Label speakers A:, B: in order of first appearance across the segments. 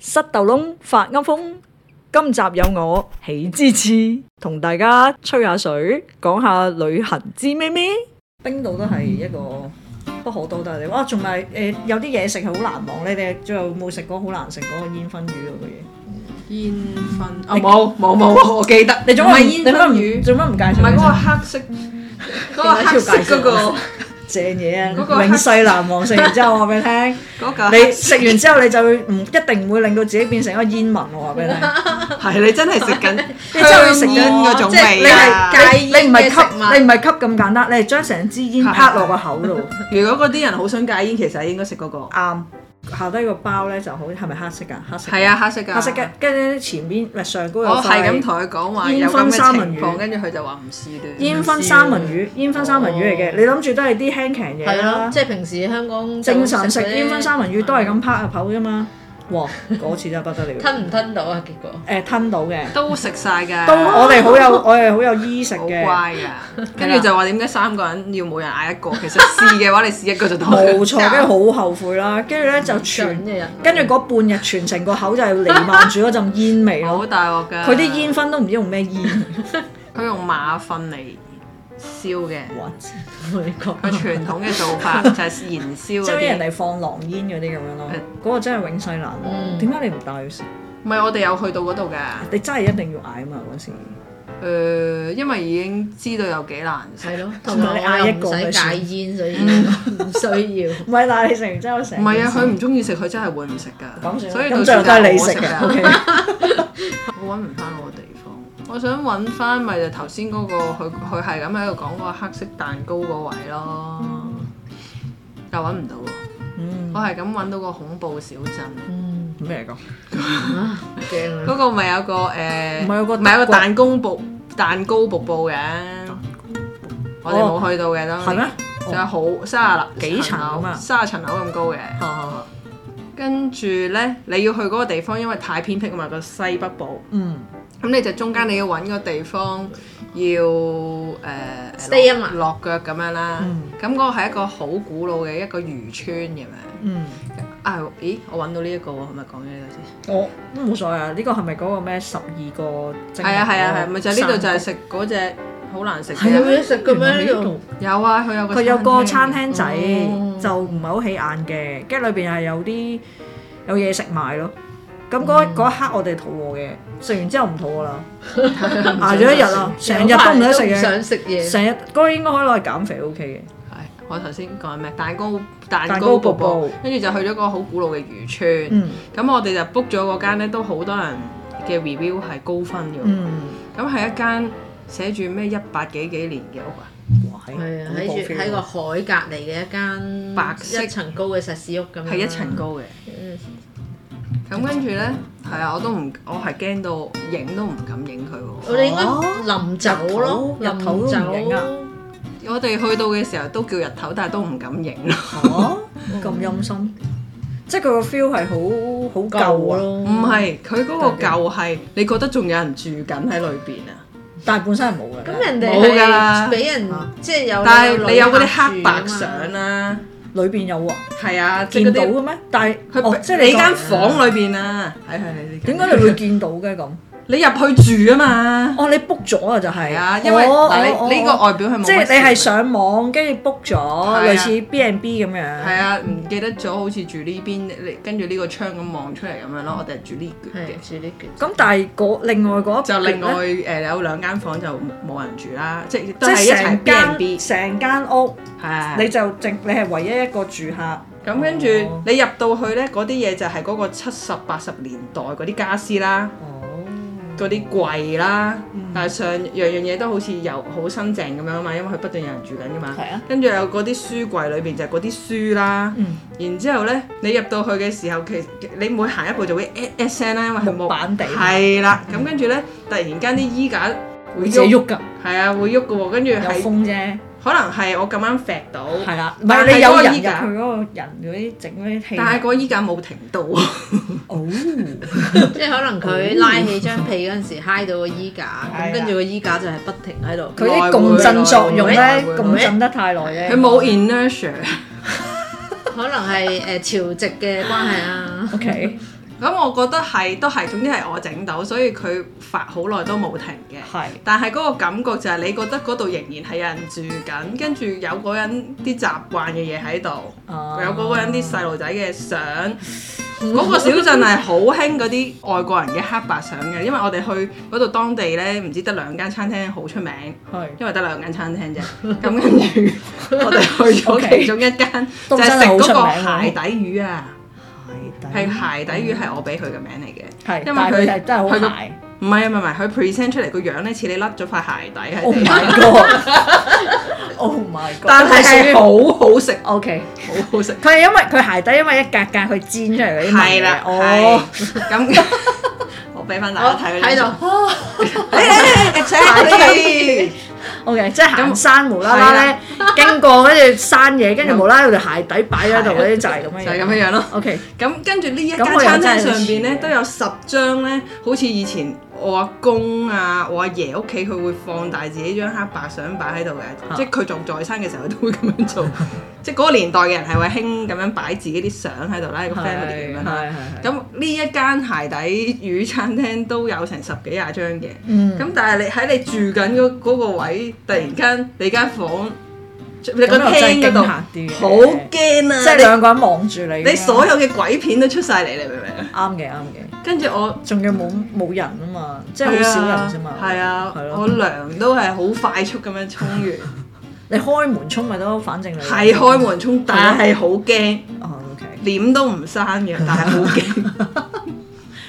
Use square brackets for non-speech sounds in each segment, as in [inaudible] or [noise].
A: 塞豆窿發噏風。今集有我喜之之同大家吹下水，講下旅行之咩咩。冰島都係一個不可多得嘅地方。啊，仲係誒有啲嘢食係好難忘。你哋最後有冇食過好難食嗰個煙燻魚嗰個嘢？
B: 煙燻啊冇冇冇，我記得
A: 你做
B: 唔係
A: 乜
B: 煙
A: 你做
B: 燻
A: 乜唔
B: 魚，
A: 做乜唔介紹？
B: 唔係嗰個黑色嗰個黑色嗰個
A: 正嘢
B: 嗰個
A: 啊！永世難忘。食完之後，我話俾你聽。
B: 嗰嚿
A: 你食完之後，你就會唔一定唔會令到自己變成一個煙民，我話俾你聽。
B: 係你真係食緊
A: 真係食
B: 香
A: 緊
B: 煙嗰種
C: 即係
B: 味
A: 你
B: 啊！
A: 係
C: 戒
A: 你
C: 煙嘅
A: 你唔係吸
C: 食物
A: 你唔係吸咁簡單，你係將成支煙
B: 係
A: 拍落個口度。
B: 如果嗰啲人好想戒煙，其實係應該食嗰個
A: 啱，下低個包咧就好，係咪黑色㗎？黑色
B: 係啊，黑色㗎
A: 黑色嘅，跟住咧前邊咪上高有
B: 我 à. 係咁
A: 塊
B: 同佢講話
A: 煙
B: 有
A: 燻
B: 咁
A: 三
B: 嘅
A: 文
B: 情
A: 魚
B: 況，跟住佢就話唔試嘅。
A: 煙燻三文魚，煙燻三文魚嚟嘅，你諗住都係啲輕強嘢
C: 係
A: 啦
C: 咯，。即係平時香港
A: 正常食煙燻
C: 分
A: 三文魚都係咁拍入口啫嘛。 [laughs] 哇！嗰次真係不
B: [laughs]
A: 得了，
C: 吞唔吞到啊？結果
A: 誒吞到嘅，
B: 都食晒㗎，
A: 都我哋好有我哋好有衣食
B: 好
A: 嘅。
B: 乖㗎。跟住就話點解三個人要每人嗌一個？其實試嘅話，你試一個就 [laughs] 得。
A: 冇錯，跟住好後悔啦，跟住咧就
C: 準
A: 全，
B: 啊
C: 嘅人，
A: 跟住嗰半日全程個口就係瀰漫住嗰陣煙味咯。
B: 好啊大鑊㗎。
A: 佢啲煙燻都唔知用咩煙，
B: 佢用馬糞嚟燒嘅，
A: 哇
C: 同你
B: [laughs]
C: 講
B: 佢傳統嘅做
A: [laughs]
B: 法就係燃燒
A: 即係好似
B: 嗰
A: 人
B: 啲。
A: 哋放狼煙嗰啲咁樣咯
B: 嗯。
A: 嗰個真係永世難忘。
C: 嗯
A: 點解你唔帶佢食？
B: 唔係我哋有去到嗰度㗎，
A: 你真係一定要嗌啊嘛嗰時。
B: 誒、呃因為已經知道有幾難
A: [laughs]
B: 食。
C: 係咯，同埋我又唔使戒煙， [laughs] 所以唔需要。
A: 唔係，但係你食完之後成
B: 唔係啊，佢唔中意食，佢真係會唔食㗎。
A: 咁
B: 所以
A: 算啦咁
B: 到
A: 最後都
B: 最後
A: 係你
B: 我啊
A: 食啊嘅。
B: 㗎
A: O K。
B: [laughs] 我揾唔翻我個地方，我想揾翻咪就頭先嗰個佢佢係咁喺度講嗰個黑色蛋糕嗰位咯，又揾唔到喎。
A: 嗯
B: 我係咁揾到個恐怖小鎮，
C: 嗯，
A: 咩嚟㗎？
C: 啊驚
B: 嗰
C: 啊！
B: 個咪有個誒，
A: 唔係有個
B: 咪有
A: 德國
B: 個蛋糕瀑蛋糕瀑布嘅，我哋冇去到嘅啦。
A: 係咩？
B: 就係好三十
A: 幾層咁啊
B: 三十層樓咁高嘅。
A: 哦
B: 跟住呢，你要去嗰個地方，因為太偏僻啊嘛，個西北部。
A: 嗯，
B: 咁你就中間你要揾個地方要誒、呃
C: Stay 啊嘛
B: 落落腳咁樣啦。
A: 嗯
B: 咁嗰個係一個好古老嘅一個漁村咁樣。
A: 嗯，
B: 啊，咦，我揾到呢、一個喎，係咪講咗呢個
A: 我都冇所謂啊。呢個係咪嗰個咩十二個精靈嗰個？
B: 先？係啊係啊係，咪就係呢度就係
A: 三
B: 食嗰只好難食
A: 個。
C: 係啊
B: 嘅。
C: 有嘢食嘅咩
A: 原來
C: 呢度？
B: 有啊，佢有個
A: 佢有個餐
B: 廳
A: 廳仔
C: 哦
A: 就唔係好起眼嘅，跟住裏邊係有啲有嘢食賣咯。咁嗰嗰一刻我哋肚餓嘅，食完之後唔肚餓啦，捱咗一日啊啦，成日都唔想食
C: 有排
A: 嘢，
C: 想食嘢。
A: 成日嗰個應該可以攞嚟減肥 OK
B: 係我頭先講咩蛋糕蛋
A: 蛋
B: 糕
A: 糕瀑
B: 瀑布
A: 布，
B: 跟住就去咗個好古老嘅漁村。
A: 嘅。
B: 咁、
A: 嗯
B: 我哋就 book 咗嗰間咧，都好多人嘅 review 係高分嘅喎。
A: 嗯，
B: 咁係一間寫住咩一百幾幾年嘅屋啊，
A: 哇係
C: 係啊，
A: 好
C: 喺
A: 高
C: 住
A: feel
C: 喺個海隔離嘅一間
B: 白色
C: 一層高嘅石屎屋咁樣啦，
B: 係一層高嘅。
C: 嗯。
B: 咁跟住呢，係啊，我都唔，我係驚到影都唔敢影佢
C: 我
B: 喎。
C: 哋應該臨走咯，
A: 入
C: 臨
A: 頭入頭都唔影啊
C: 走。
B: 我哋去到嘅時候都叫日頭，但係都唔敢影咯。
A: 哦咁陰森，即係佢個 feel 係好好舊
C: 舊
A: 啊，
C: 咯，
B: 唔係，佢嗰個舊係你覺得仲有人住緊喺裏邊啊？
A: 但係本身係冇嘅。
C: 咁人哋
B: 冇㗎啦
C: 係俾人即係有，
B: 但係你有嗰啲黑白啊相啦，
A: 裏邊有啊，
B: 係啊，即係
A: 見到
B: 嗰啲
A: 嘅咩？但係
B: 佢
A: 哦，即係
B: 你
A: 講
B: 間房裏邊啊，係係你
A: 點解你會見到嘅咁？
B: [laughs] 你入去住啊嘛？
A: 哦，你 book 咗啊，就係、
B: 係啊，因為
A: 哦
B: 嗱你呢個
A: 哦
B: 外表係冇乜
A: 即係你係
B: 事
A: 上網跟住 book 咗，
B: 啊
A: 類似 B and B 咁樣。
B: 係啊，唔記得咗，好似住呢邊，你跟住呢個窗咁望出嚟咁樣咯。我哋係住呢橛
C: 係
B: 嘅，
C: 住呢橛
A: 咁但係嗰另外嗰一
B: 就另外
A: 橛呢
B: 誒有兩間房就冇冇人住啦，即係
A: 即
B: 都係一
A: 係
B: 齊
A: 成
B: B and B
A: 間。成間屋，
B: 係啊
A: 你就淨你係唯一一個住客。
B: 咁跟住
A: 哦
B: 你入到去咧，嗰啲嘢就係嗰個七十八十年代嗰啲家私啦，
A: 哦，
B: 嗰啲櫃啦，
A: 嗯
B: 但係上樣樣嘢都好似有好新淨咁樣啊嘛，因為佢不斷有人住緊噶嘛。
A: 係啊
B: 跟住有嗰啲書櫃裏邊就係嗰啲書啦。
A: 嗯
B: 然之後咧，你入到去嘅時候，其實你每行一步就會 at 聲啦，因為係木
A: 木板地
B: 係啦，咁跟住咧，突然間啲衣架會
A: 會自己
B: 喐，
A: 喐㗎，
B: 係啊會喐嘅喎，跟住
A: 有風
B: 係
A: 啫。
B: 可能係我咁啱揈到，
A: 係啦，唔
B: 但
A: 係你有
B: 嗰個
A: 人入
B: 衣
A: 去
B: 架
A: 嗰個人嗰啲整嗰啲戲。
B: 但係個衣架冇停到，
A: 哦，
C: 即係可能佢拉起張被嗰陣時嗨到個衣架，
B: 係啊
C: 咁跟住個衣架就係不停喺度。
A: 佢啲共振作用
B: 來
A: 咧
B: 回來，回
A: 共振得太耐啫。
B: 佢冇 inertia，
A: [laughs]
C: 可能係誒潮汐嘅關係啊，
A: OK，
B: 咁我覺得係都係，總之係我整到，所以佢發好耐都冇停嘅。
A: 係
B: 但係嗰個感覺就係你覺得嗰度仍然係有人住緊，跟住有嗰人啲習慣嘅嘢喺度，
A: 啊嗯
B: 有嗰個人啲細路仔嘅相。嗰個小鎮係好興嗰啲外國人嘅黑白相嘅，因為我哋去嗰度當地呢，唔知得兩間餐廳好出名，
A: 係
B: 因為得兩間餐廳啫。
A: [laughs]
B: 咁跟住我哋去咗
A: OK
B: 其中一間，
A: 都
B: 就係
A: 真
B: 食
A: 係好
B: 嗰
A: 出
B: 個
A: 名喎
B: 鞋底魚啊！
A: 係
B: 係鞋底魚係我俾佢嘅名嚟嘅，
A: 係，
B: 因
A: 因
B: 為
A: 為
B: 佢
A: 佢係真係好
B: 佢個
A: 鞋。
B: 唔係啊，唔係唔係，佢 present 出嚟個樣咧似你甩咗塊鞋底喺
A: Oh
B: 地
A: my god！Oh [laughs] my god！
B: 但係係好好食，
A: O K，
B: 好好食。
A: 佢係因為佢鞋底，因為一格格佢煎出嚟嗰啲紋嘅
B: 係啦，係
A: 哦，
B: 咁我俾翻大家
C: 我
B: 睇
C: 哦
A: [laughs]
C: 喺
B: 呢
C: 度，
B: 張，exactly
A: O K，即係行山無啦啦咧，經過跟住山嘢，跟住無啦啦有條鞋底擺咗喺度嗰啲就係咁樣
B: 就係咁
A: 樣。
B: 樣樣咯。
A: O K，
B: 咁跟住呢一間
A: 咁我又
B: 餐
A: 真係
B: 廳上邊
A: 好
B: 咧
A: 似
B: 都有十張咧，好似以前我阿公啊、我阿爺屋企佢會放大自己張黑白相擺喺度嘅，
A: 啊
B: 即係佢仲在生嘅時候佢都會咁樣做。即係嗰個年代嘅人係會興咁樣擺自己啲相喺度啦，一個 family 咁樣啦。
A: 係
B: 咁呢一間鞋底魚餐廳都有成十幾廿張嘅，咁、
A: 嗯
B: 但係你喺你住緊嗰嗰個位，突然間你間房，你個
A: 咁又真係
B: 廳嗰度
A: 驚嚇啲嘅
B: 好驚啊！
A: 即係兩個人望住你。
B: 你你所有嘅鬼片都出晒嚟，你明唔明啊？
A: 啱嘅啱嘅，
B: 跟住我
A: 仲要冇冇人啊嘛，即係好
B: à.
A: 少人啫嘛。
B: 係啊，
A: 係
B: 我
A: 咯。
B: 涼都係好快速咁樣衝 [laughs] 完，
A: 你開門衝咪都，反正你
B: 係開。門衝，但係好驚，
A: 哦，O K。
B: 臉都唔生 [laughs] 嘅，但係好驚，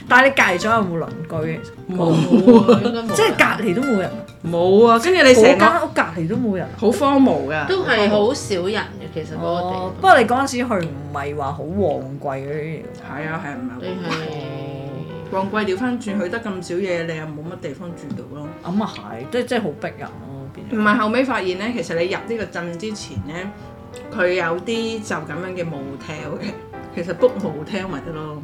A: 但係你隔離咗有冇鄰居？
B: 冇啊
C: 應該冇
A: 即係隔離都冇人，
B: [laughs] 冇啊！跟住你
A: 嗰
B: 成個
A: 間屋隔離都冇人。
B: 好荒蕪噶，
C: 都係好少人嘅，其實嗰個地
A: 哦，
C: 方
A: 不。過你嗰陣時去唔係話好旺季嗰啲嘢。
B: 係啊，係唔係
C: 你係
B: 旺季調翻轉，佢得咁少嘢，你又冇乜地方住到咯。
A: 咁啊係，即係即係好逼人咯，變
B: 唔
A: 咗。
B: 係後尾發現咧，其實你入呢個鎮之前咧，佢有啲就咁樣嘅 motel 嘅， [laughs] 其實 book motel 咪得咯。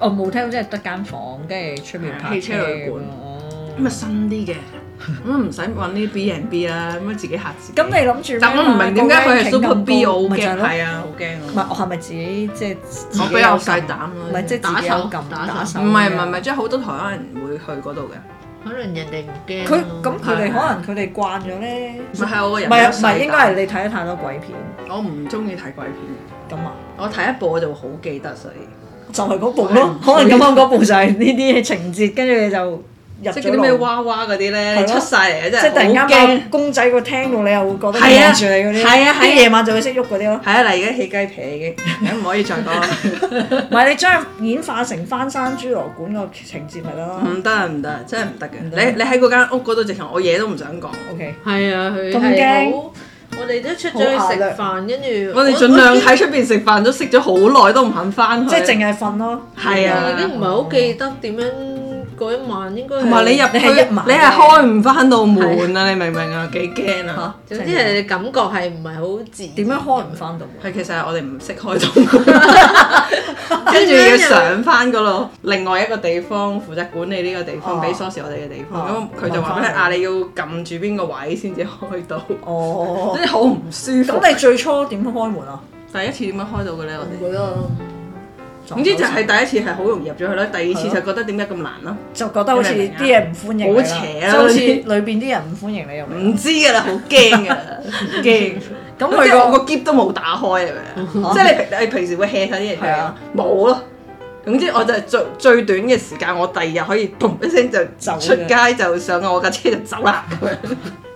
A: 哦，冇聽即係得間房，跟住出面
B: 係
A: 泊
B: 汽車旅館
A: 咁樣哦
B: 咁啊新啲嘅，咁啊唔使揾呢啲 B and B 啦，咁啊自己嚇自己。
A: 咁你諗住咩啊？
B: 但我唔明點解佢係
A: 個 ranking
B: Super
A: 咁
B: B，
A: 高
B: 我好
A: 咪就係
B: 驚。
A: 咯
B: 係啊，好驚
A: 唔
B: 啊！
A: 係我係咪自己即係自己
B: 我
A: 有
B: 比較
A: 撳
B: 細膽咯
A: 唔係即係自己有撳
C: 打手
A: 打手。
B: 唔係唔係唔係，即係好多台灣人會去嗰度嘅。
C: 可能人哋唔驚
A: 佢
C: 咯
A: 咁佢哋可能佢哋慣咗咧。
B: 唔係我個
A: 唔
B: 人比
A: 係啊
B: 較
A: 唔係，
B: 細
A: 應該係
B: 膽，
A: 你睇得太多鬼片
B: 我唔中意睇鬼片。
A: 咁啊。
B: 我睇一部我就好記得，所以
A: 就係嗰部咯，可能咁啱嗰部就係呢啲情節，跟住你
B: 即
A: 就
B: 係
A: 入
B: 嗰
A: 咗
B: 啲咩
A: 腦
B: 娃娃嗰啲
A: 係
B: 咧，
A: 咯
B: 出晒嚟啊
A: 即係
B: 真
A: 突
B: 係
A: 然
B: 好
A: 間
B: 驚
A: 有。公仔個廳度，你又會覺得
B: 係啊
A: 望住你嗰啲，
B: 係啊係啊
A: 跟住夜晚就會識喐嗰啲咯。
B: 係啊，嗱，而家起雞皮已經，咁唔可以再講啦。
A: [laughs] 唔係你將佢演化成翻山侏羅館個情節咪得咯。
B: 唔得啊唔得啊，真係唔得嘅。
A: 得
B: 你你喺嗰間屋嗰度，直頭我嘢都唔想講。
A: O K，
C: 係啊，佢
A: 咁
C: 係
A: 驚
C: 好。我哋都出咗去食飯，跟住
B: 我哋盡量喺出邊食飯都識咗好耐，都唔肯翻
A: 即
B: 去。
A: 係淨係瞓咯。
B: 係
C: 我已經
B: 啊，
C: 唔係好記得點樣嗰一晚應該係
B: 同埋你入去，
A: 你係一晚
B: 你係開唔翻到門啊！你明唔明啊？幾驚啊！
C: 總之係你感覺係唔係好自然
A: 點樣開唔翻到？
B: 係其實係我哋唔識
A: [laughs]
B: 開到門，跟住要上翻嗰度另外一個地方負責管理呢個地方，
A: 哦
B: 俾 source 我哋嘅地
A: 哦
B: 方。咁佢就話俾你
A: 問返
B: 啊，
A: 你
B: 你要撳住邊個位先至開到，
A: 哦
B: 真，係好唔舒服。
A: 咁你哦最初點開門啊？
B: 第一次點樣開到嘅咧？我哋
C: 會咯。
A: 總
B: 總之就係第一次係好容易入咗去啦，第二次就覺得點解咁難咯？
A: 就覺得好似啲嘢唔歡迎你啦，
B: 好邪啊
A: 即係好似裏邊啲人唔歡迎你入嚟。
B: 唔知㗎啦，好驚㗎啦，好驚。
A: 咁
B: 咁即係
A: 佢
B: 我
A: 個嗯
B: 個篋都冇打開係咪啊？即係你平你平時會 hea 晒啲嘢
A: 係啊
B: 嘅，冇咯。總之我就係最最短嘅時間，我第二日可以砰一聲就
A: 走
B: 出街就上我架車就走啦咁樣。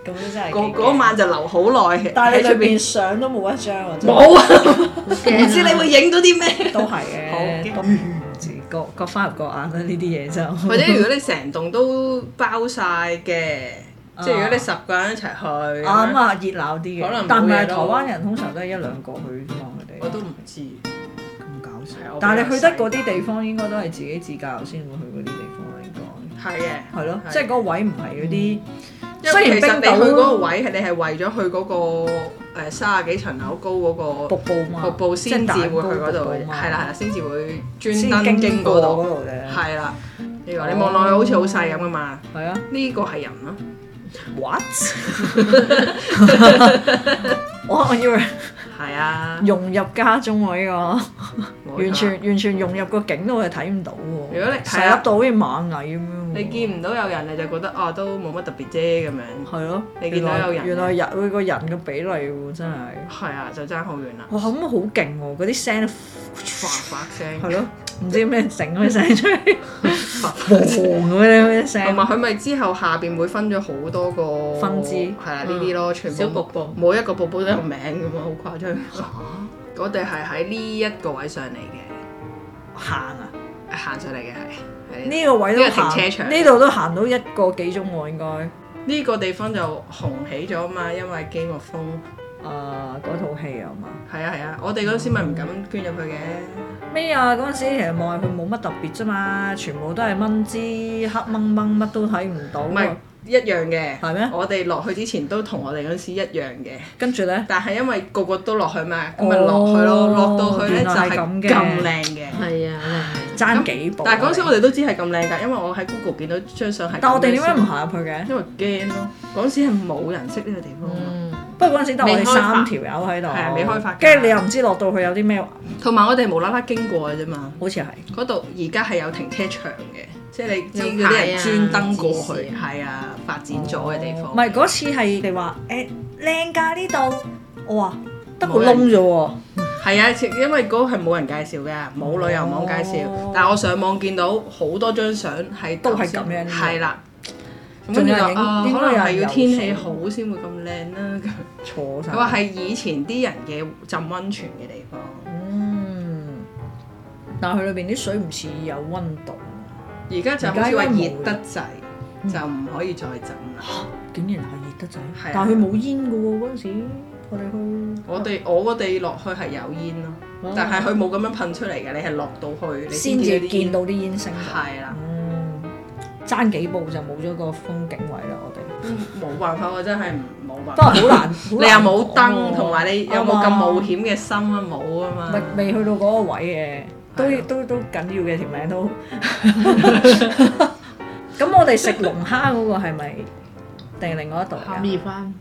A: 咁真係幾
B: 嗰
A: 驚
B: 嗰晚就留好耐喺
A: 但係你
B: 喺出
A: 裏邊
B: 邊，
A: 相都冇一張啊！真係
B: 冇
A: [laughs]
B: 啊！
C: 唔
B: 唔知你會影到啲咩？
A: 都係
B: 好
A: 嘅，
B: 嘅
A: 都唔知各各花入各眼啦，呢啲嘢就
B: 或者如果你成棟都包晒嘅，即係如果你十個人一齊去，
A: 啱啊熱鬧啲
B: 可
A: 嘅
B: 能冇嘢，
A: 但係台
B: 咯
A: 灣人通常都係一兩個去啫嘛，佢哋
B: 我都唔知。
A: 咁搞笑
B: 係我比較。
A: 但係你去得嗰啲地方，應該都係自己自教先會去嗰啲地方，應該
B: 係嘅，
A: 係咯，即係嗰個位唔係嗰啲。
B: 因
A: 雖
B: 為
A: 然
B: 其實你
A: 冰
B: 去嗰個
A: 島
B: 位，你係為咗去嗰個誒卅幾層樓高嗰
A: 瀑
B: 個
A: 布嘛，
B: 瀑布先至會去嗰
A: 即係蛋糕瀑布
B: 度，係啦
A: 嘛
B: 係啦，先至會專
A: 先
B: 登經
A: 經
B: 過
A: 過
B: 嗰
A: 嗰哦
B: 度，
A: 度嘅，
B: 係啦。你話你望落去好似好細咁噶嘛？
A: 係啊。
B: 呢個係人咯， [laughs]
A: What？我我以為
B: 係啊，
A: [laughs] 融入家中喎呢個，
B: 冇錯
A: 完全完全融入個景度係睇唔到喎。
B: 如果你
A: 成
B: 係
A: 粒
B: 啊，
A: 到好似螞蟻咁樣喎，
B: 你見唔到有人你就覺得哦都冇乜特別啫咁樣。
A: 係咯？
B: 你見到有人
A: 原來原來人佢個人嘅比例喎，真
B: [laughs]
A: 係
B: 係啊，就爭好遠啦，
A: 哇咁好勁喎！嗰啲聲
B: 嘩嘩聲， [laughs]
A: 係咯，唔知咩整嗰啲聲出嚟，嘣嗰啲咩
B: 同
A: 聲，
B: 埋佢咪之後下邊會分咗好多個
A: 分支嗯
B: 係啊啦呢啲咯，全
C: 小
B: 部
C: 瀑布，
B: 每一個瀑布都有名咁啊，好誇張。我哋係喺呢一個位上嚟嘅，
A: 行啊！
B: 行上嚟嘅係係
A: 呢個位都
B: 呢個停
A: 行，
B: 車場
A: 呢度都行到一個幾鐘喎，應該。
B: 呢個地方就紅起咗嘛，因為 Game of Thrones
A: 啊，嗰套戲啊嘛。
B: 係啊係啊，我哋嗰陣時咪唔敢捐入去嘅，
A: 咩啊？嗰陣時其實望入去冇乜特別啫嘛，全部都係蚊枝黑掹掹，乜都睇唔到
B: 唔
A: 喎
B: 係。一樣嘅。
A: 啊係咩
B: 我哋落去之前都同我哋嗰陣時一樣嘅，
A: 跟住咧，
B: 但係因為個個都落去嘛，咁
A: 哦
B: 咪落去咯，落到去咧
A: 原
B: 就
A: 來
B: 係
A: 係咁嘅
B: 咁靚嘅。
C: 係啊，真係
A: 爭幾步。
B: 但係嗰陣時我
A: 哋，
B: 哋都知係咁靚㗎，因為我喺 Google 見到張相係。
A: 但我哋點解唔？行入去嘅？
B: 因為驚咯，嗰陣時係冇人識呢個地方啊
A: 嗯
B: 嘛，
A: 不過嗰陣時得我
C: 未
A: 哋
C: 開發
A: 三條友喺度，
B: 係啊未開發㗎
A: 跟住你又唔知落到去有啲咩，好
B: 同埋我哋無啦啦經過嘅啫嘛。
A: 似係。
B: 嗰度而家係有停車場嘅，即係你知
C: 有
B: 嗰啲
C: 牌
B: 人
C: 啊
B: 專登過去，
C: 指示啊
B: 係啊，發展咗嘅地方。
A: 唔係嗰次係你話誒靚㗎呢度，我話得個
B: 冇人
A: 窿啫喎。
B: 係啊，其因為嗰個係冇人介紹嘅，冇旅遊網介紹。
A: 哦
B: 但係我上網見到好多張相係
A: 都係咁樣嘅
B: 係啦。咁
A: 仲
B: 跟住
A: 有
B: 就
A: 人影
B: 啊，
A: 應該
B: 可能
A: 有
B: 係
A: 人
B: 要
A: 游
B: 天氣
A: 水
B: 好先會咁靚啦。咁
A: 錯晒
B: 佢。話係以前啲人嘅浸温泉嘅地方，
A: 嗯，但係佢裏邊啲水唔似有温度，
B: 而家就好似話熱得滯，就唔可以再浸啦。
A: 竟然係熱得滯
B: 係啊，
A: 但係佢冇煙嘅喎嗰陣時，我哋去
B: 我哋我哋落去係有煙咯。但係佢冇咁樣噴出嚟嘅，你係落到去你
A: 哦先至見
B: 到
A: 到啲煙升。
B: 係啦，
A: 嗯，爭幾步就冇咗個風景位啦，我
B: [laughs]
A: 哋。
B: 冇辦法，我真係唔冇辦
A: 嗯不過好
B: 法。
A: 難，
B: 你
A: 你
B: 又冇燈，同埋你有冇咁冒
A: 險？
B: 險嘅心啊？冇啊嘛
A: 咪，未去到嗰個位嘅，
B: 係
A: 都
B: 啊
A: 都都緊要嘅條命
B: [laughs]
A: 都。 [laughs] 咁我哋食龍蝦嗰個係咪定係另外一度㗎？
C: 咪翻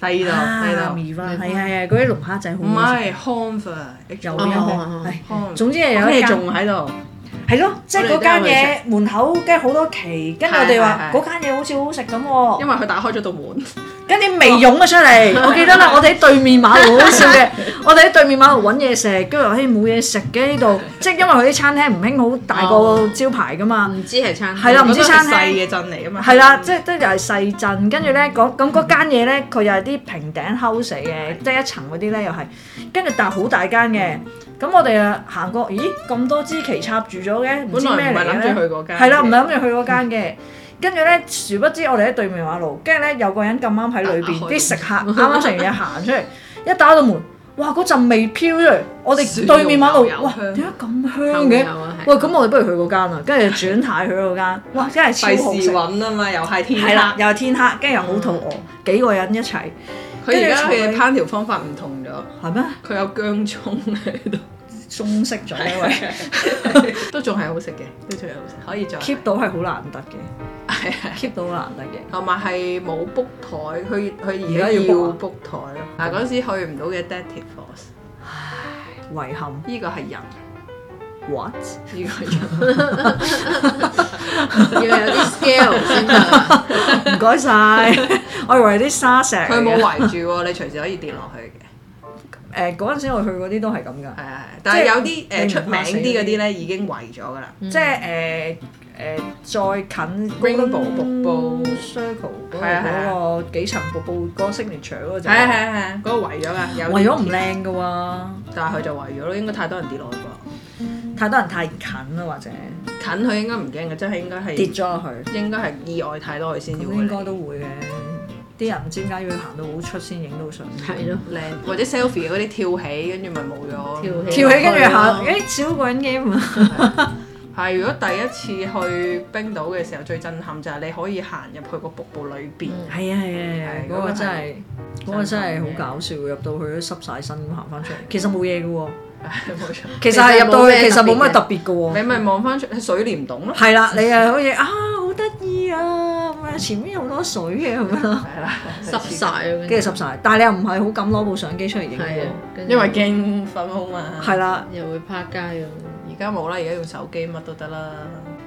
B: 低
A: 啊
B: 到低
A: 米花係係係，嗰啲龍蝦仔
B: 到，
A: 好
B: 唔
A: 好食。
B: 係 Confer，
A: 有
C: 哦
A: 有
C: 哦哦
A: 係
B: 康
A: 總之係有
B: 咁
A: 一
B: 你
A: 間哦
B: 仲喺度，
A: 係咯，即係嗰間嘢門口跟住好多旗，跟住我哋話
B: 係係係
A: 嗰間嘢好似好好食咁喎，
B: 因為佢打開咗道門，
A: 跟住味湧咗出
B: [laughs]
A: 嚟。我記得啦，我哋喺對面馬路好笑嘅， [laughs] 我哋喺對面馬路揾嘢食，跟住話嘿冇嘢食嘅呢度，即係因為佢啲餐廳唔興好大個
C: 哦
A: 招牌噶嘛。
C: 唔知係餐廳
A: 係啦唔知
B: 嗰度係
A: 餐廳
B: 細嘅鎮嚟啊嘛，
A: 係啦，即係都又係細鎮，跟住咧嗰咁嗰間嘢咧，佢又係啲平頂 house 嚟嘅，即係一層嗰啲咧又係，跟住但係好大間嘅。咁我哋啊行過，咦咁多支旗插住咗嘅，唔
B: 本
A: 知
B: 來
A: 咩
B: 唔
A: 嚟
B: 係諗
A: 嘅
B: 住
A: 咧
B: 去。嗰間，
A: 係啦，唔係諗住去嗰間嘅。跟住咧，殊不知我哋喺對面馬路，跟住咧有個人咁啱喺裏邊，
B: 啊
A: 啲食客啱啱食完嘢行出嚟，一打開到門，哇！嗰陣味飄出嚟，我哋對面馬路
B: 蒜蓉，牛油
A: 哇！
B: 香
A: 點解咁
C: 後
A: 香
C: 面
A: 嘅？
C: 有啊，係
A: 喂，咁我哋不如去嗰間啦，跟住就轉態去嗰間，哇！真係
B: 費
A: 超好
B: 事
A: 食，
B: 揾啊嘛，又係天
A: 係啦，
B: 黑。
A: 又係天黑，跟住又好肚餓，幾個人一齊，
B: 佢而家
A: 跟
B: 嘅
A: 住
B: 烹調方法唔同咗，
A: 係咩？
B: 佢有薑葱喺度。
A: 中式咗因為
B: [laughs] 都仲係好食嘅，都仲係好食，可以再
A: keep 到係好難得嘅
B: 係係
A: ，keep 到好難得嘅，
B: 同埋係冇 book 台，佢佢而
A: 而家
B: 家
A: 要
B: 要
A: book
B: book 台咯。嗱嗰陣時去唔到嘅 Detective Force，
A: 遺憾
B: 呢個係人，
A: what？
B: 呢個係人。
C: 要有啲 scale 先得，
A: 唔該
B: [laughs]
A: 晒，我以為啲沙石嚟嘅。
B: 佢冇圍住喎，你隨時可以跌落去嘅。
A: 誒嗰陣時我去嗰啲都係咁噶，
B: 係係係，但係有啲
A: 你唔
B: 誒出名
A: 怕死
B: 啲嗰啲咧已經圍咗㗎啦。
A: 即係誒誒再近
B: Rainbow 瀑布
A: Circle 嗰個
B: 係啊係啊
A: 嗰個幾層瀑布嗰個 signature 嗰個就
B: 係啊係係係，嗰個圍咗㗎，有啲
A: 為咗唔靚嘅喎，
B: 但係佢就圍咗咯，應該太多人跌落去啩。
A: 太多人太近啦，或者
B: 近佢應該唔驚嘅，即係應該
A: 跌
B: 係
A: 咗落去，
B: 應該係意外太多佢先至
A: 咁
B: 會
A: 應該都會嘅。啲人唔知點解要行到好出先影到相，
C: 係咯，
B: 靚，或者 selfie 嗰啲跳起跟住咪冇咗。
C: 跳起
A: 跳起跟住下，
C: 係咯
A: 誒少個人嘅嘛，
B: 係，如果第一次去冰島嘅時候，最震撼就係你可以行入去個瀑布裏邊，
C: 嗯
A: 係啊係啊，
B: 係
A: 嗰個真係嗰個真係
B: 真係
A: 好搞笑，入到去都濕晒身咁行翻出嚟，其實冇嘢嘅喎，
B: 係 [laughs] 冇錯。
A: 其實係入到去，其
C: 其
A: 實
C: 實
A: 冇
C: 冇
A: 乜
C: 咩
A: 特
C: 特
A: 別嘅喎。
B: 你咪望翻出水簾洞咯，
A: 係啦，你係好似啊好得意啊咁樣，前面有好多水嘅咁樣咯，
B: 係啦，
C: 濕晒啊，跟
A: 跟住濕晒。但係你又唔係好敢攞部相機出嚟影
C: 係
A: 喎
C: 啊，，跟住
B: 因為驚粉好嘛。
A: 係啦，
C: 又會趴街咁。
B: 而家冇啦，而家用手機乜都得啦。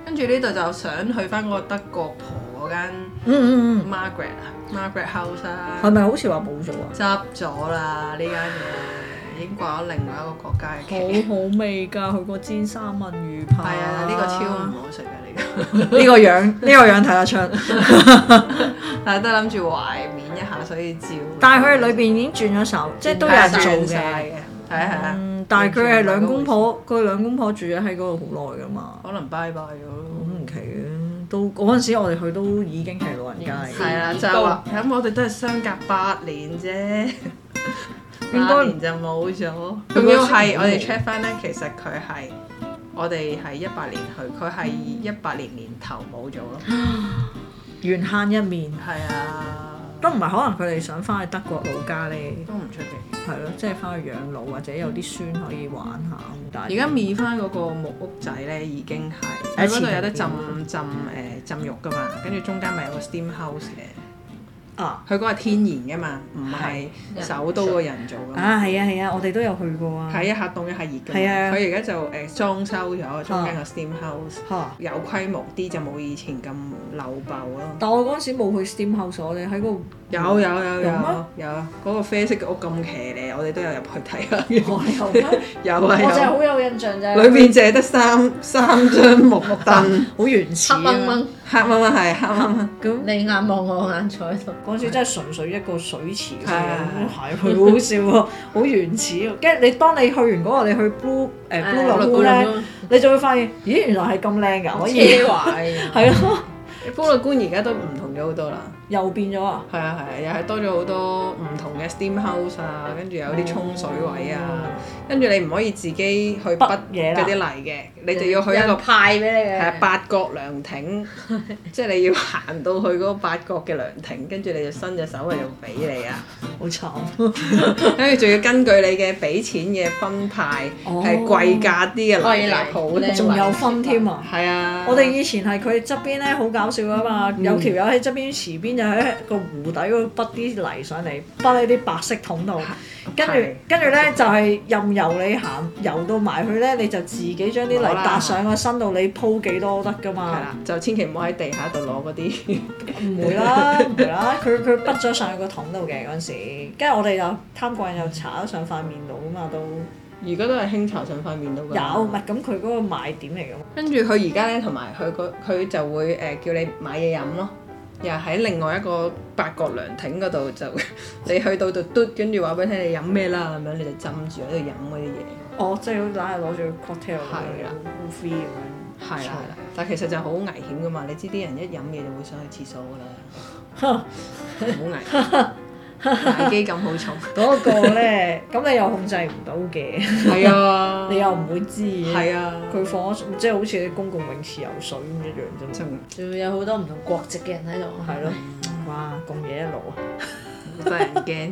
B: 跟住呢度就想去翻嗰個德國婆嗰間
A: 嗯嗯
B: Margaret 啊，Margaret House
A: 嗯，係
B: 啊，
A: 咪好似話冇咗啊？
B: 執咗啦呢間嘢，已經掛咗另外一個國家嘅旗。
A: 好味㗎，佢個煎三文魚排。
B: 係啊，呢個超
A: [laughs]
B: 唔好食嘅啊呢個， [laughs]
A: 呢個樣，呢個樣睇得出。
B: 但係都諗住懷緬一下，所以照。
A: 但係佢哋裏邊已經轉咗手，即係都有人做
B: 轉晒
A: 嘅。
B: 嘅，係啊係啊，
A: 嗯，但係佢係兩公婆，佢兩公婆住咗喺嗰度好耐㗎嘛，
B: 可能拜拜咗
A: 好
B: 咯。
A: 唔奇嘅。都嗰陣時我哋去都已經係老人家嚟嘅，
B: 係啊，就係話咁，我哋都係相隔八年啫，
A: 應該
B: [laughs] 八年就冇咗。
A: 佢
B: 仲要
A: 嗰時
B: 係
A: 冇
B: 我哋 check 翻咧，其實佢係我哋係一八年去，佢係一八年年頭冇咗咯。
A: 緣慳一面。
B: 係啊，
A: 都唔係可能佢哋想翻去德國老家咧，
B: 都唔出奇。
A: 係咯，即係翻去養老或者有啲孫可以玩下。但
B: 而
A: 係
B: 家搣翻嗰個木屋仔咧，已經係
A: 喺前
B: 喺嗰度
A: 面
B: 有得浸浸誒浸浴噶嘛，跟住中間咪有個 steam house 嘅，
A: 啊
B: 佢嗰個係天然嘅嘛，唔係首都個人造噶嘛。
A: 啊係啊係啊，我哋都有去過啊。
B: 係一下凍一下熱嘅。
A: 係啊
B: 佢而家就誒、呃裝修咗中間個 steam house，、
A: 嚇！
B: 有規模啲就冇以前咁漏爆咯。
A: 但我嗰陣時冇去 Steam House，我哋喺嗰度
B: 有有哦有有
A: 有
B: 有啊
A: 咩
B: 嗰、個啡色嘅屋咁騎呢， [laughs] 我哋哦都有入去睇下嘅。
A: 我有咩？
B: [laughs] 有
A: 我
B: 啊
A: 就係
B: 有，
A: 好有印象就係
B: 裏邊淨係得三三張木凳，
A: 好原始
C: 黑
A: 啊
C: 掹掹，
B: 黑掹掹係黑掹掹。
A: 咁
C: 你眼望我，我眼坐喺度。
A: 嗰陣時真係純粹一個水池嚟嘅，
B: 係
A: 係佢好笑喎，好原始喎。跟住你當你去完嗰個，你去 Blue 誒 Blue
C: 誒
A: Lagoon 咧，你就會發現，咦原來係咁靚㗎，可以
C: 奢華嘅。
A: 係咯，
B: 菠蘿官而家都唔同咗好多啦，
A: 又變咗啊！
B: 係啊係啊，又係多咗好多唔同嘅 steam house 啊，跟住有啲沖水位啊，跟住你唔可以自己去
A: 北
B: 筆
A: 嘢啦
B: 嗰啲嚟嘅，你就要去一
C: 有啊
B: 個
C: 人派俾你嘅。
A: 啊
B: 係八角涼
A: [laughs]
B: 亭，即係你要行到去嗰個八角嘅涼亭，跟住你就伸隻手喺度俾你
A: [laughs]
B: 啊，
A: 哦好慘，
B: 跟住仲要根據你嘅俾錢嘅分派
A: 哦
B: 係貴價啲嘅
C: 貴
B: 嚟
C: 嚟
B: 好
C: 靚
A: 仲有分添啊！
B: 係啊，
A: 我哋以前係佢側邊咧好搞笑噶嘛，
B: 嗯
A: 有條友喺側邊池邊就喺個湖底嗰度潷啲泥上嚟，潷喺啲白色桶度，跟住
B: 係
A: 跟住咧就係任由你行，游到埋去咧你就自己將啲泥
B: 攞啦
A: 搭上個身度，你鋪幾多都得噶
B: 係
A: 嘛
B: 啦，，就千祈唔好喺地下度攞嗰啲，
A: 唔會啦唔會啦，佢佢潷咗上去個桶度嘅嗰陣時，跟住我哋又貪慣又搽咗上塊面度噶嘛都
B: 而家都係輕搽上塊面度㗎。
A: 有，唔係咁佢嗰個賣點嚟噶嘛，
B: 跟住佢而家咧，同埋佢個佢就會誒、叫你買嘢飲咯，又喺另外一個八角涼亭嗰度就 [laughs] 你去到就嘟，跟住話俾你聽你飲咩啦咁樣，你就浸住喺度飲嗰啲嘢，
A: 哦即係好似懶係攞住個 cocktail 咁
B: 係啦
A: 樣 free 咁樣。
B: 係啦係啦。但係其實就好危險噶嘛，你知啲人一飲嘢就會想去廁所 [laughs] 噶啦，好危險，危機感好重。
A: 嗰個咧， [laughs] 咁你又控制唔到嘅，
B: 係啊，
A: 你又唔會知嘅。
B: 嗯係啊，
A: 佢放咗即係好似啲公共泳池游水咁一樣啫
B: 仲
A: 嘛。
C: 仲有好多唔同國籍嘅人喺度。
A: 係咯，哇，咁嘢一路啊！
B: 真係唔驚。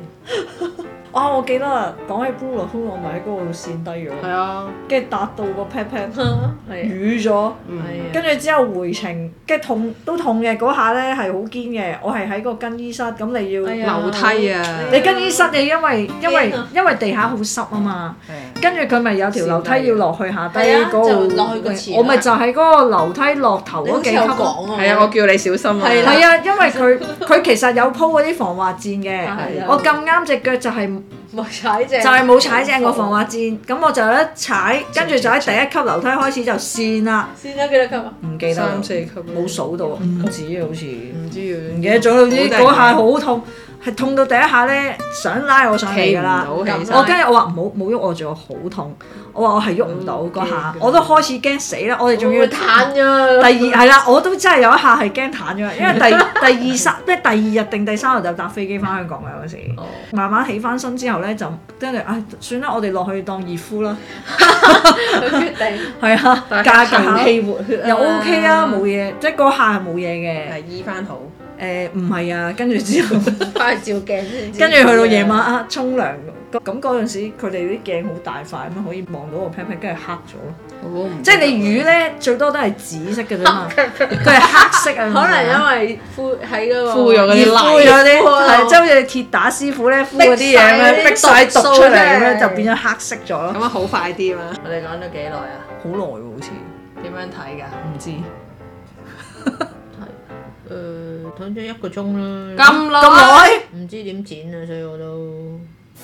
A: 啊，我記得啦，講起 Blue Lagoon，我咪喺嗰度跣低
B: 係
A: 咗，
B: 啊，
A: 跟住搭到個 pat pat
C: 係
A: 瘀咗，
C: 啊
B: 嗯，
A: 跟住之後回程，跟住痛都痛嘅嗰下咧係好堅嘅，我係喺個更衣室，咁你要
C: 哎呀
B: 樓梯啊，
A: 你更衣室你因為因為
C: 驚啊
A: 因為地下好濕啊嘛。
B: 係啊
A: 跟住佢咪有條樓梯要落去下低
C: 係
A: 嗰
C: 啊就落去個
A: 度，
C: 池
A: 我咪就喺嗰個樓梯落頭
C: 你好
A: 嗰
C: 似
A: 幾
C: 有
A: 級咯。
C: 講啊。
B: 係啊，我叫你小心啊。
C: 係啦
A: 係啊，因為
C: [laughs]
A: 佢佢其實有鋪嗰啲防滑墊
C: 係
A: 嘅
C: 啊，
A: 我咁啱只腳就係
C: 冇踩正，
A: 就係冇踩正個啊防滑墊，咁我就一踩，跟住就喺第一級樓梯開始就跣啦，
C: 先咗幾多級啊？
A: 唔記得啦
B: 三四級咯
A: 冇數到，唔止啊，好似唔
B: 唔知啊唔
A: 記得咗，總之嗰下好痛，係痛到第一下咧想拉我上嚟
B: 企
A: 㗎
B: 唔
A: 啦。
B: 到起身
A: 我跟住我話唔好冇喐我仲有好痛，我話我係喐唔到嗰下
B: 嗯，
A: 我都開始驚死啦！我哋仲要
C: 會彈咗。啊
A: 第二係啦，我都真係有一下係驚彈咗，因為第
B: [laughs]
A: 第二三咩第二日定第三日就搭飛機翻香港啦嗰時，
B: 哦
A: 慢慢起翻身之後咧就跟住唉算啦，我哋落去當熱敷
B: [laughs]
A: 啦，
C: 佢決定
A: 係啊，
B: 但係
A: 價
B: 行
A: 格
B: 氣活血啊
A: 又 OK 啊，冇嘢，即係嗰下係冇嘢嘅。
B: 係醫翻好。
A: 誒唔係啊，跟住之後，
C: 翻去照鏡先知。
A: 跟住去到夜晚啊沖涼咁咁嗰陣時佢哋啲鏡好大塊咁樣可以望到個 pat pat，跟住黑咗咯。
B: 我唔
A: 即係你魚咧最多都係紫色嘅啫
C: [laughs]
A: 嘛，佢係黑色啊。
C: 可能因為敷喺嗰個
B: 敷咗嗰啲
A: 熱
B: 蠟
A: 敷咗啲，
C: 敷
A: 係即係好似鐵打師傅咧敷嗰啲嘢咁樣，逼
C: 逼晒
A: 晒
C: 啲
A: 毒
C: 毒
A: 出
C: 素
A: 嚟咁
C: 出嚟
A: 樣就變咗黑色咗咯。
B: 咁啊，好快啲嘛？
C: 我哋講咗幾耐啊？
A: 好耐喎，好似
B: 點樣睇㗎？
A: 唔知
C: 誒，講咗一個鐘啦。
B: 咁耐
A: 咁耐。
C: 唔知點剪啊，所以我都。